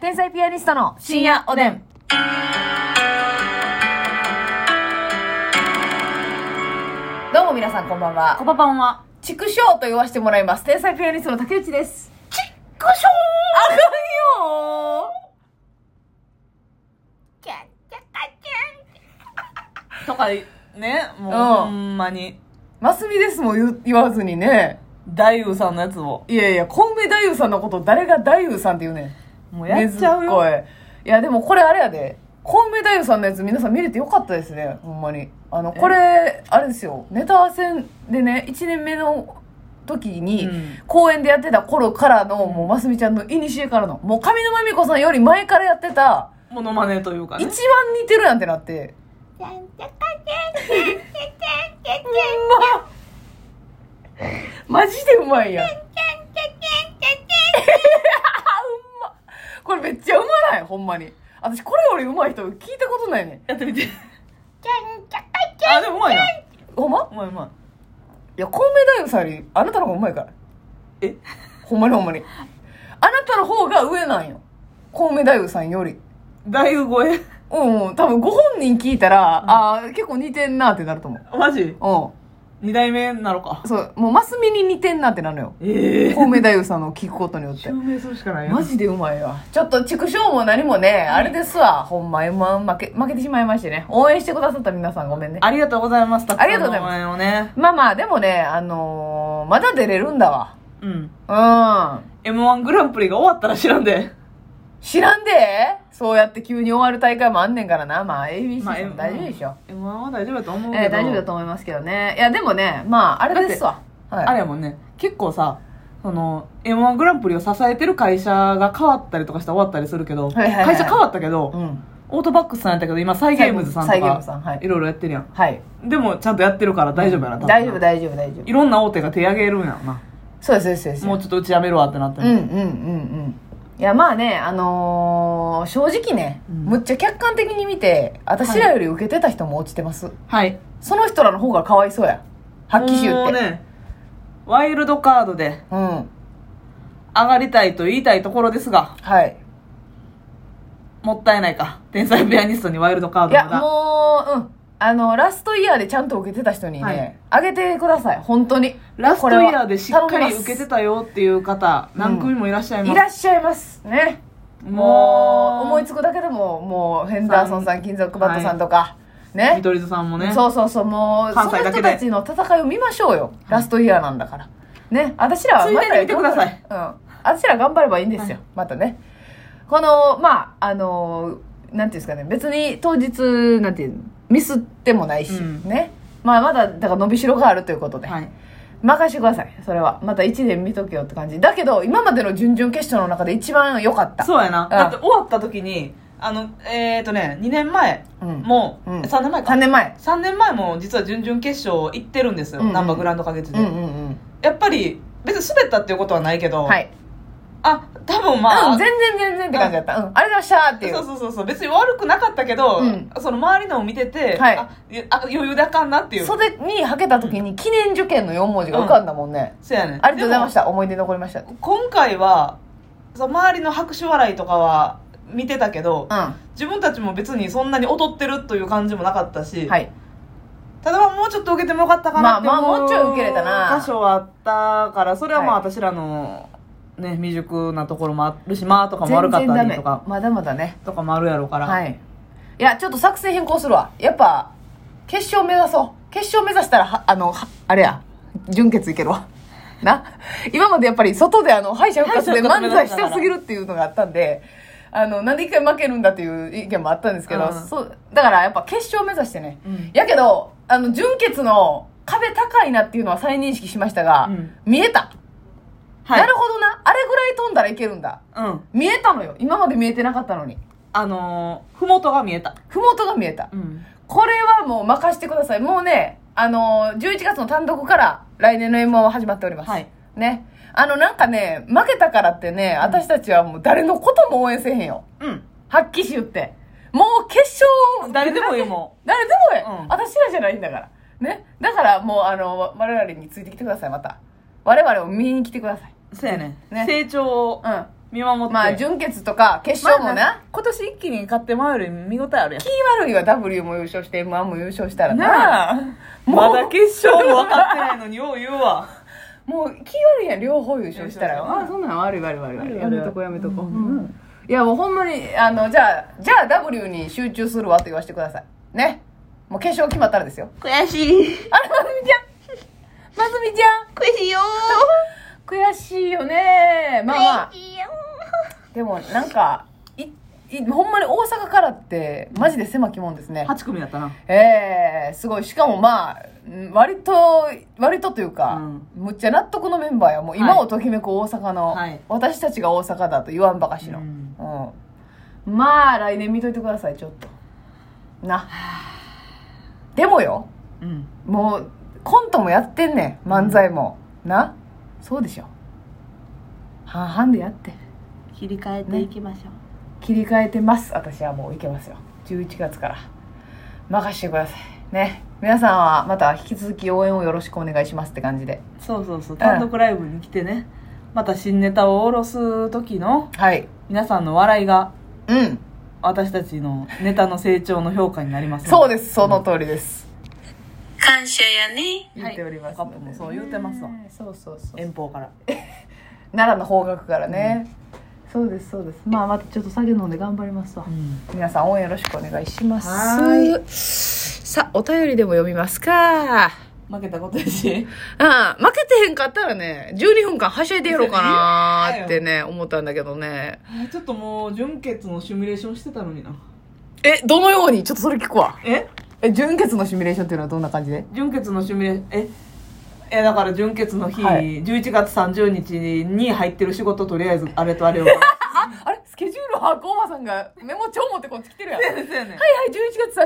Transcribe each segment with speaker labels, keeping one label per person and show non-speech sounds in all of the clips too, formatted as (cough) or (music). Speaker 1: 天才ピアニストの
Speaker 2: 深夜おでん。どうも皆さんこんばん
Speaker 1: こ
Speaker 2: は。
Speaker 1: ばばんは。
Speaker 2: 畜生と言わせてもらいます。天才ピアニストの竹内です。畜生あかんよ
Speaker 3: とかね、もう、
Speaker 2: うん
Speaker 3: ほんまに。
Speaker 2: ますみですも言う言わずにね。
Speaker 3: 大悟さんのやつを。
Speaker 2: いやいや、コウメ太夫さんのこと誰が太夫さんって言うね。
Speaker 3: もうんやっちゃう
Speaker 2: 根ず
Speaker 3: よ。
Speaker 2: っこい。いや、でもこれあれやで。コウメ太夫さんのやつ皆さん見れてよかったですね。ほんまに。あの、これ、あれですよ。ネタ合わせでね、1年目の時に、
Speaker 3: うん
Speaker 2: 公演でやってた頃からの、もう、ますみちゃんの、いにしえからの、もう、上沼恵美子さんより前からやってた、
Speaker 3: モノマネというか
Speaker 2: 一番
Speaker 3: ね。
Speaker 2: 似てるやんってなって。マジでうまいやん。 (laughs) これめっちゃうまないほんまに。私、これよりうまい人聞いたことないねん。
Speaker 3: やってみて。あ、でもうまいな。
Speaker 2: ほんま
Speaker 3: うまいうま
Speaker 2: いや、コウメ太夫さんより、あなたの方がうまいから。
Speaker 3: い。え
Speaker 2: ほんまにほんまに。あなたの方が上なんよ。コウメ太夫さんより。
Speaker 3: 大悟超え。
Speaker 2: うん、うん、多分ご本人聞いたら、ああ、結構似てんなってなると
Speaker 3: マジ
Speaker 2: 思
Speaker 3: 二代目なのか
Speaker 2: う。う。ん。そう、もうマスミに似てんなってなるのよ。
Speaker 3: ええ
Speaker 2: コウメ太夫さんの聞くことによって
Speaker 3: 証。明するしかないよ。
Speaker 2: (laughs) マジでうまいわ。ちょっと畜生も何もね、あれですわ。ほんま M1 負け、負けてしまいましてね。応援してくださった皆さんごめんね。
Speaker 3: ありがとうございます。たくさんの
Speaker 2: ありがとうございます
Speaker 3: お名前をね。
Speaker 2: まあまあ、でもね、あのーまだ出れるんだわ。
Speaker 3: うん。
Speaker 2: うん。
Speaker 3: M1 グランプリが終わったら知らんで。
Speaker 2: 知らんでそうやって急に終わる大会もあんねんからな。まあ、ABC さ
Speaker 3: まあ
Speaker 2: ん大丈夫でしょ。。
Speaker 3: M1 は大丈夫だと思うけど。
Speaker 2: えー大丈夫だと思いますけどね。いや、でもね、まあ、あれですわ。はい。
Speaker 3: あれやもんね。結構さ、その、M1 グランプリを支えてる会社が変わったりとかして終わったりするけど、
Speaker 2: はいはいはい
Speaker 3: 会社変わったけど、
Speaker 2: うん。
Speaker 3: オートバックスさんやったけど、今、サイゲームズさんと
Speaker 2: サイゲーム
Speaker 3: か、
Speaker 2: ズさんはい
Speaker 3: ろいろやってるやん。
Speaker 2: はい。
Speaker 3: でも、ちゃんとやってるから大丈夫やな、多分
Speaker 2: 大丈夫、大丈夫、大丈
Speaker 3: い
Speaker 2: 夫。
Speaker 3: ろんな大手が手上げるんやろな。
Speaker 2: そうです、そうです。そう
Speaker 3: も
Speaker 2: で
Speaker 3: うちょっとうちやめるわってなって
Speaker 2: すうん、うん、うん、うん。いや、まあね、あのー正直ね、
Speaker 3: うん
Speaker 2: むっちゃ客観的に見て、私らより受けてた人も落ちてます。
Speaker 3: はい。
Speaker 2: その人らの方がかわいそうや。発揮しゅ
Speaker 3: も
Speaker 2: っ
Speaker 3: う
Speaker 2: て。
Speaker 3: ね、ワイルドカードで
Speaker 2: うん。
Speaker 3: 上がりたいと言いたいところですが、
Speaker 2: はい。
Speaker 3: もったいないか。天才ピアニストにワイルドカード
Speaker 2: いや、
Speaker 3: まだ。
Speaker 2: もう、うん。あの、ラストイヤーでちゃんと受けてた人にね、あ、げてください。本当に。
Speaker 3: ラストイヤーでしっ
Speaker 2: こ
Speaker 3: か
Speaker 2: れは
Speaker 3: り受けてたよっていう方、何組もいらっしゃい
Speaker 2: 頼みますい
Speaker 3: ま
Speaker 2: らっしゃいます。ね。
Speaker 3: す。
Speaker 2: もう、思い
Speaker 3: つ
Speaker 2: つくだけでも、もう、ヘンダーソンさん、金属バットさんとか、
Speaker 3: 見
Speaker 2: ね。
Speaker 3: 取り図さんもね。
Speaker 2: そうそうそう、もう、その
Speaker 3: 関西だ
Speaker 2: 人
Speaker 3: け
Speaker 2: た
Speaker 3: で
Speaker 2: ちの戦いを見ましょうよ。ラストイヤーなんだから。ね。私らは
Speaker 3: ついでに見てください
Speaker 2: まだうん。私ら頑張ればいいんですよ。またね。この、まあ、あの、なんていうんですかね、別に当日、なんていうの、ミスってもないし、
Speaker 3: うん
Speaker 2: ね。まあ、まだ、だから伸びしろがあるということで。
Speaker 3: はい。
Speaker 2: 任してください。それは。また1年見とけよって感じ。だけど、今までの準々決勝の中で一番良かった。
Speaker 3: そうやな。
Speaker 2: ん
Speaker 3: だって終わった時に、あの、えっ、ー、とね、2年前
Speaker 2: うん
Speaker 3: も、
Speaker 2: うん
Speaker 3: 3年前か。
Speaker 2: 3年前。
Speaker 3: 3年前も実は準々決勝行ってるんですよ。
Speaker 2: うんうん
Speaker 3: ナンバーグランド花月
Speaker 2: う
Speaker 3: で。
Speaker 2: んうんうん。
Speaker 3: やっぱり、別に滑ったっていうことはないけど、
Speaker 2: はい。
Speaker 3: あ、多分まあ、
Speaker 2: うん、全然全然って感じだった。うん。ありがとうございましたっていう。
Speaker 3: そうそうそうそう、別に悪くなかったけど、
Speaker 2: うん
Speaker 3: その周りのを見てて、
Speaker 2: はい
Speaker 3: あいやあ余裕であかんなっていう。そ
Speaker 2: 袖にはけた時に記念受験の4文字が浮かんだもんね。
Speaker 3: うや
Speaker 2: あ
Speaker 3: ねん
Speaker 2: りがとうございました。思い出残りました。うん。
Speaker 3: でも今回は、その周りの拍手笑いとかは見てたけど、
Speaker 2: は
Speaker 3: 自分たちも別にそんなに劣ってるという感じもなかったし、
Speaker 2: い。
Speaker 3: ただまあもうちょっと受けてもよかったかなって
Speaker 2: まあまあ
Speaker 3: 思
Speaker 2: もうちょい受けれたな
Speaker 3: 箇所はあったからそれはまあ
Speaker 2: はい
Speaker 3: 私らの、ね未熟なところもあるしまあとかも悪
Speaker 2: 全
Speaker 3: かっ
Speaker 2: 然
Speaker 3: た
Speaker 2: ダ
Speaker 3: り
Speaker 2: メ
Speaker 3: とか。
Speaker 2: まだまだね。
Speaker 3: とかもあるやろから、
Speaker 2: はい。いや、ちょっと作戦変更するわ。やっぱ、決勝目指そう。決勝目指したら、はあの、はあれや、純潔いけるわ。な。今までやっぱり外であの、敗者復活で
Speaker 3: 敗者復活
Speaker 2: 漫才
Speaker 3: 目指し
Speaker 2: した
Speaker 3: から
Speaker 2: たすぎるっていうのがあったんで、あの、なんで一回負けるんだっていう意見もあったんですけど、
Speaker 3: うん
Speaker 2: そう、だからやっぱ決勝目指してね。
Speaker 3: うん
Speaker 2: やけど、あの、純潔の壁高いなっていうのは再認識しましたが、
Speaker 3: うん
Speaker 2: 見えた。
Speaker 3: はい
Speaker 2: なるほどな。あれぐらい飛んだらいけるんだ。
Speaker 3: うん
Speaker 2: 見えたのよ。今まで見えてなかったのに。
Speaker 3: あのー、ふもとが見えた、
Speaker 2: ふもとが見えた。これはもう任してください。もうね、あのー、11月の単独から来年の M1 は始まっております。
Speaker 3: はい
Speaker 2: ね。あの、なんかね、負けたからってね、私たちはもう誰のことも応援せへんよ。
Speaker 3: うん
Speaker 2: はっきり言って。もう決勝、
Speaker 3: 誰でもいいも
Speaker 2: (laughs) 誰でもええ、
Speaker 3: うん
Speaker 2: 私らじゃないんだから。ね。だからもう、あの、我々についてきてください、また。我々を見に来てください。
Speaker 3: んそうやね
Speaker 2: ね
Speaker 3: 成長を
Speaker 2: うん。
Speaker 3: 見守って。
Speaker 2: まあ、準決とか決勝も
Speaker 3: まあ
Speaker 2: な。
Speaker 3: 今年一気に勝って回るより見応えあるやん
Speaker 2: 気。悪いは W も優勝して M1 も優勝したらな。
Speaker 3: なあ。
Speaker 2: もう
Speaker 3: まだ決勝も分かってないのによう言
Speaker 2: (laughs)
Speaker 3: うわ。
Speaker 2: もう気悪いやん、両方優勝したら。
Speaker 3: 優勝したらな
Speaker 2: あ、そんなん悪い悪い悪い悪い。や
Speaker 3: 悪い悪い
Speaker 2: めとこやめとこ。う
Speaker 3: うん
Speaker 2: んいや、もうほんまに、あの、じゃあ、じゃあ W に集中するわと言わせてください。ね。もう決勝決まったらですよ。
Speaker 3: 悔しい。
Speaker 2: あれ、まずみちゃんまずみちゃん
Speaker 3: 悔しいよ
Speaker 2: 悔しいよねまあまあ
Speaker 3: 悔しいよ
Speaker 2: でもなんかいいほんまに大阪からってマジで狭きもんですね
Speaker 3: 8組だったな。
Speaker 2: ええすごいしかもまあうん割と割とというか、
Speaker 3: うん
Speaker 2: むっちゃ納得のメンバーやもう今をときめく大阪の、
Speaker 3: はい
Speaker 2: 私たちが大阪だと言わんばかしの、う
Speaker 3: うん
Speaker 2: まあ来年見といてくださいちょっとなでもよ
Speaker 3: うん。
Speaker 2: もうコントもやってんねん漫才も、なそうでしょ半々でやって
Speaker 3: 切り替え
Speaker 2: てい
Speaker 3: きましょう。
Speaker 2: 切り替えてます私はもういけますよ11月から任してくださいね皆さんはまた引き続き応援をよろしくお願いしますって感じで
Speaker 3: そうそうそう。単独ライブに来てね。また新ネタを下ろす時の
Speaker 2: はい
Speaker 3: 皆さんの笑いが
Speaker 2: うん
Speaker 3: 私たちのネタの成長の評価になります
Speaker 2: そう
Speaker 3: で
Speaker 2: ですその通りです、
Speaker 1: 感謝やね。
Speaker 2: 言っております
Speaker 3: カップもそう言うてますわ
Speaker 2: ねそうそうそう
Speaker 3: 遠方から
Speaker 2: 奈良の方角からね、そうですそうですまあまたちょっと酒飲んで頑張りますわ、皆さん応援よろしくお願いします
Speaker 3: は
Speaker 2: さあお便りでも読みますか
Speaker 3: 負けたことやし
Speaker 2: ああ負けてへんかったらね12分間はしゃいでやろうかなーってね思ったんだけどね
Speaker 3: ちょっともう純潔のシミュレーションしてたのにな
Speaker 2: えどのようにちょっとそれ聞くわ
Speaker 3: え
Speaker 2: え純潔のシミュレーションっていうのはどんな感じで
Speaker 3: 純潔のシミュレーションええだから純潔の日、
Speaker 2: はい
Speaker 3: 11月30日に入ってる仕事とりあえずあれとあれを
Speaker 2: ああれスケジュールはコーマさんがメモ帳持ってこっち来てるやん (laughs) はいはい
Speaker 3: そうやね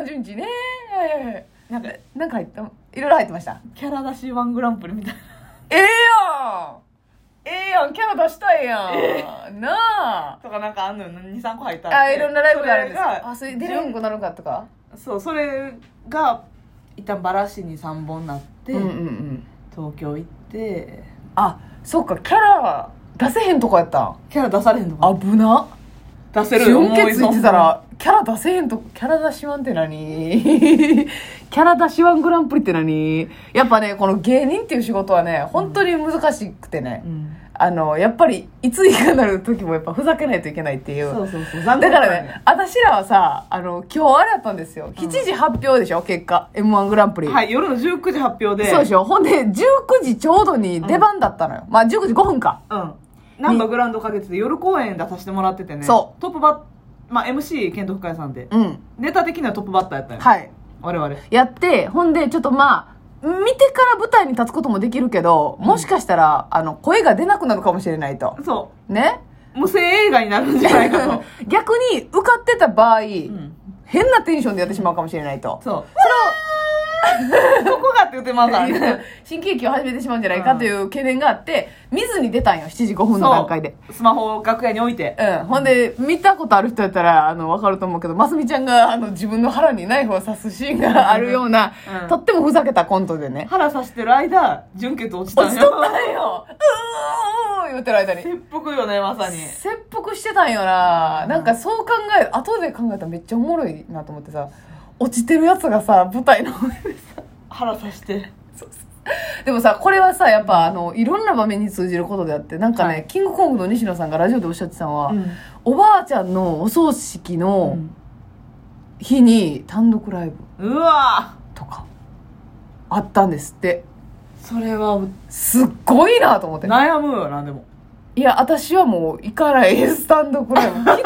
Speaker 2: 11月30日ねはいはいはいなんかなんか入ったいろいろ入ってました
Speaker 3: キャラ出しワングランプリみたいな
Speaker 2: ええやんええやんキャラ出したいやん、なあ
Speaker 3: とかなんかあんのよ23個入った
Speaker 2: あいろんなライブがあるんですかあそ
Speaker 3: それ
Speaker 2: れ
Speaker 3: が
Speaker 2: 出れんくなるんかとか
Speaker 3: そうそれが一旦バラシに3本なって、
Speaker 2: ん
Speaker 3: 東京行って
Speaker 2: あそっかキャラ出せへんとこやったん
Speaker 3: キャラ出されへんのか
Speaker 2: 危な
Speaker 3: な出せるよ
Speaker 2: 純血言ってた
Speaker 3: 思い
Speaker 2: らキャラ出せへんとキャラ出しワンって何 (laughs) キャラ出しワングランプリって何やっぱねこの芸人っていう仕事はね本当に難しくてね、
Speaker 3: そううん
Speaker 2: あのやっぱりいついかなる時もやっぱふざけないといけないっていう
Speaker 3: そうそうそう
Speaker 2: だからね私らはさあの今日あれやったんですよ7時発表でしょ結果 m 1グランプリ、
Speaker 3: はい夜の19時発表で
Speaker 2: そうでしょほんで19時ちょうどに出番だったのよ、まあ19時5分か
Speaker 3: うんなんかグランド花月で夜公演出させてもらっててね
Speaker 2: そう
Speaker 3: トップバッまあ MC ケント深谷さんで
Speaker 2: うん
Speaker 3: ネタ的にはトップバッターやったよ
Speaker 2: はい
Speaker 3: 我々
Speaker 2: やって、ほんで、ちょっとまあ、見てから舞台に立つこともできるけど、もしかしたら、あの、声が出なくなるかもしれないと。
Speaker 3: そ
Speaker 2: ね
Speaker 3: う無声映画になるんじゃないかと
Speaker 2: (laughs) 逆に、受かってた場合、
Speaker 3: うん
Speaker 2: 変なテンションでやってしまうかもしれないと。
Speaker 3: そうそれをここがって言ってまうか
Speaker 2: (laughs)
Speaker 3: らね
Speaker 2: 新喜劇を始めてしまうんじゃないかという懸念があって、見ずに出たんよ、7時5分の段階で。
Speaker 3: そうスマホを楽屋に置いて
Speaker 2: うん。ほんで、見たことある人やったら、あの、わかると思うけど、ますみちゃんが、あの、自分の腹にナイフを刺すシーンがあるような、
Speaker 3: うん
Speaker 2: とってもふざけたコントでね。
Speaker 3: 腹刺してる間純血落ちた
Speaker 2: 落
Speaker 3: ん
Speaker 2: ち
Speaker 3: よ
Speaker 2: とったんよ。うーん、言ってる間に。
Speaker 3: 切腹よねまさに
Speaker 2: 切腹してたんよな。なんかそう考える、後で考えたらめっちゃおもろいなと思ってさ、落ちてるやつがさ、舞台の (laughs) 上でさ。
Speaker 3: 腹刺して
Speaker 2: でもさ、これはさ、やっぱあの、いろんな場面に通じることであって、なんかね、
Speaker 3: はい
Speaker 2: キングコングの西野さんがラジオでおっしゃってたのは、
Speaker 3: うん
Speaker 2: おばあちゃんのお葬式の日に単独ライブ
Speaker 3: うわ
Speaker 2: とか、あったんですって。
Speaker 3: それは
Speaker 2: すっごいなと思って。
Speaker 3: 悩むよなでも
Speaker 2: いや、私はもう、行かないスタンドくら
Speaker 3: (laughs)
Speaker 2: い。きつすぎま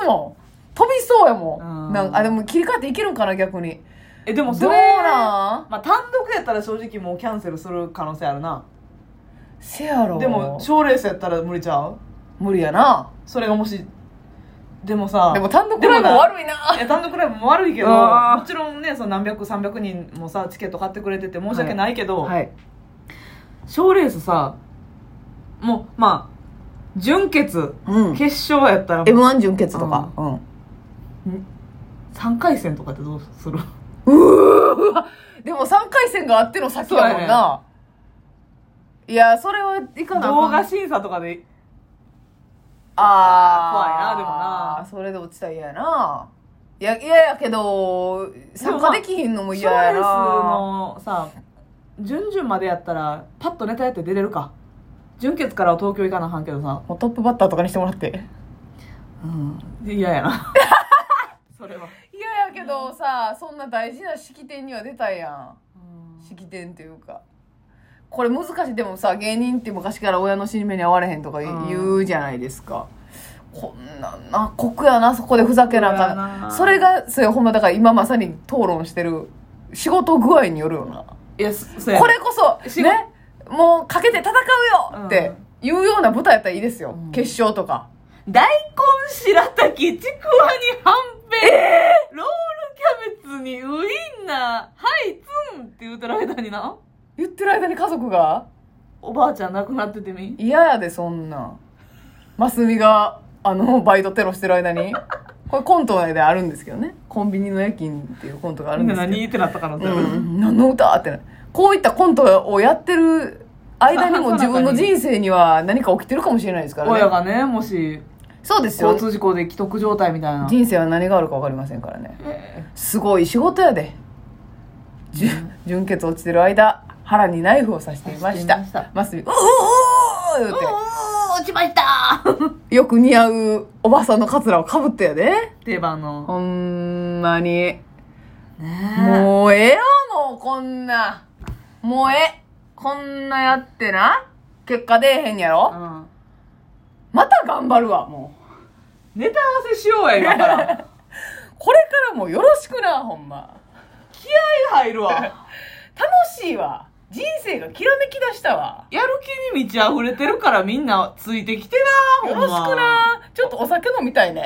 Speaker 2: すもん。飛びそうやも。
Speaker 3: うんん
Speaker 2: なんか、あ、でも切り替えていけるんかな、逆に。
Speaker 3: えで
Speaker 2: ど
Speaker 3: も
Speaker 2: う
Speaker 3: それ
Speaker 2: なん
Speaker 3: まあ、単独やったら正直もうキャンセルする可能性あるな
Speaker 2: せやろ。
Speaker 3: でも賞レースやったら無理ちゃう
Speaker 2: 無理やな。
Speaker 3: それがもしでもさ
Speaker 2: でも単独ライブも悪い
Speaker 3: い
Speaker 2: な。
Speaker 3: や単独ライブも悪いけど
Speaker 2: うわー
Speaker 3: もちろんねその何百三百人もさチケット買ってくれてて申し訳ないけど
Speaker 2: はい。
Speaker 3: 賞、レースさもうまあ準決、
Speaker 2: うん
Speaker 3: 決勝やったら
Speaker 2: M1 準決とか。うん。
Speaker 3: 3回戦とかってどうする
Speaker 2: うーわでも3回戦があっての先やも
Speaker 3: そ
Speaker 2: ん
Speaker 3: う
Speaker 2: な
Speaker 3: や。
Speaker 2: いや、それはいかなあかん
Speaker 3: 動画審査とかで
Speaker 2: あー
Speaker 3: 怖いなでもな
Speaker 2: それで落ちたら嫌やないや嫌やけど参加できひんのも嫌や
Speaker 3: 賞レース
Speaker 2: な
Speaker 3: のさ準々までやったらパッとネタやって出れるか準決からは東京行かなあかんけどさ
Speaker 2: もうトップバッターとかにしてもらって
Speaker 3: うん嫌
Speaker 2: (laughs)
Speaker 3: やなそれは
Speaker 2: 嫌やけどさそんな大事な式典には出たいやん式典というかこれ難しいでもさ芸人って昔から親の死に目に遭われへんとか言
Speaker 3: うん
Speaker 2: う言うじゃないですか、こんなんな酷やなそこでふざけなあか
Speaker 3: 酷やなん
Speaker 2: それがそれほんまだから今まさに討論してる仕事具合によるよない
Speaker 3: やそそうや
Speaker 2: これこそ
Speaker 3: 仕事
Speaker 2: ねもうかけて戦うよっていうような舞台やったらいいですよ、
Speaker 3: うん
Speaker 2: 決勝とか
Speaker 3: 大根白滝ちくわにはんぺん、ロールキャベツにウインナーはいツンって言うてる間にな
Speaker 2: 言ってる間に家族が
Speaker 3: おばあちゃん亡くなっててみ
Speaker 2: 嫌やでそんなんマスミがあのバイトテロしてる間にこれコントであるんですけどねコンビニの夜勤っていうコントがあるんですけど
Speaker 3: 何ってなったからさ、
Speaker 2: うん、何の歌ってなこういったコントをやってる間にも自分の人生には何か起きてるかもしれないですから
Speaker 3: 親
Speaker 2: ね
Speaker 3: がねもし
Speaker 2: そうですよ
Speaker 3: 交通事故で危篤状態みたいな
Speaker 2: 人生は何があるか分かりませんからねすごい仕事やでじゅ純血落ちてる間腹にナイフを刺していまし
Speaker 3: 刺していました
Speaker 2: たマスミ「うおーうおー!」言う
Speaker 3: 落ちました
Speaker 2: てよく似合うおばさんのカツラをかぶってやで
Speaker 3: (laughs) 定番の
Speaker 2: ほんまに
Speaker 3: ね
Speaker 2: もうええよ、もうこんな。もうええ。こんなやってな。結果出えへんや
Speaker 3: う
Speaker 2: ろ。
Speaker 3: ん
Speaker 2: また頑張るわ、も
Speaker 3: ネタ合わせしようや今から
Speaker 2: (laughs) う。これからもよろしくな、ほんま。
Speaker 3: 気合入るわ
Speaker 2: 楽しいわ。人生がきらめきだしたわ。
Speaker 3: やる気に満ち溢れてるからみんなついてきてな
Speaker 2: よろし
Speaker 3: ほん
Speaker 2: く
Speaker 3: ま
Speaker 2: な。ちょっとお酒飲みたいね。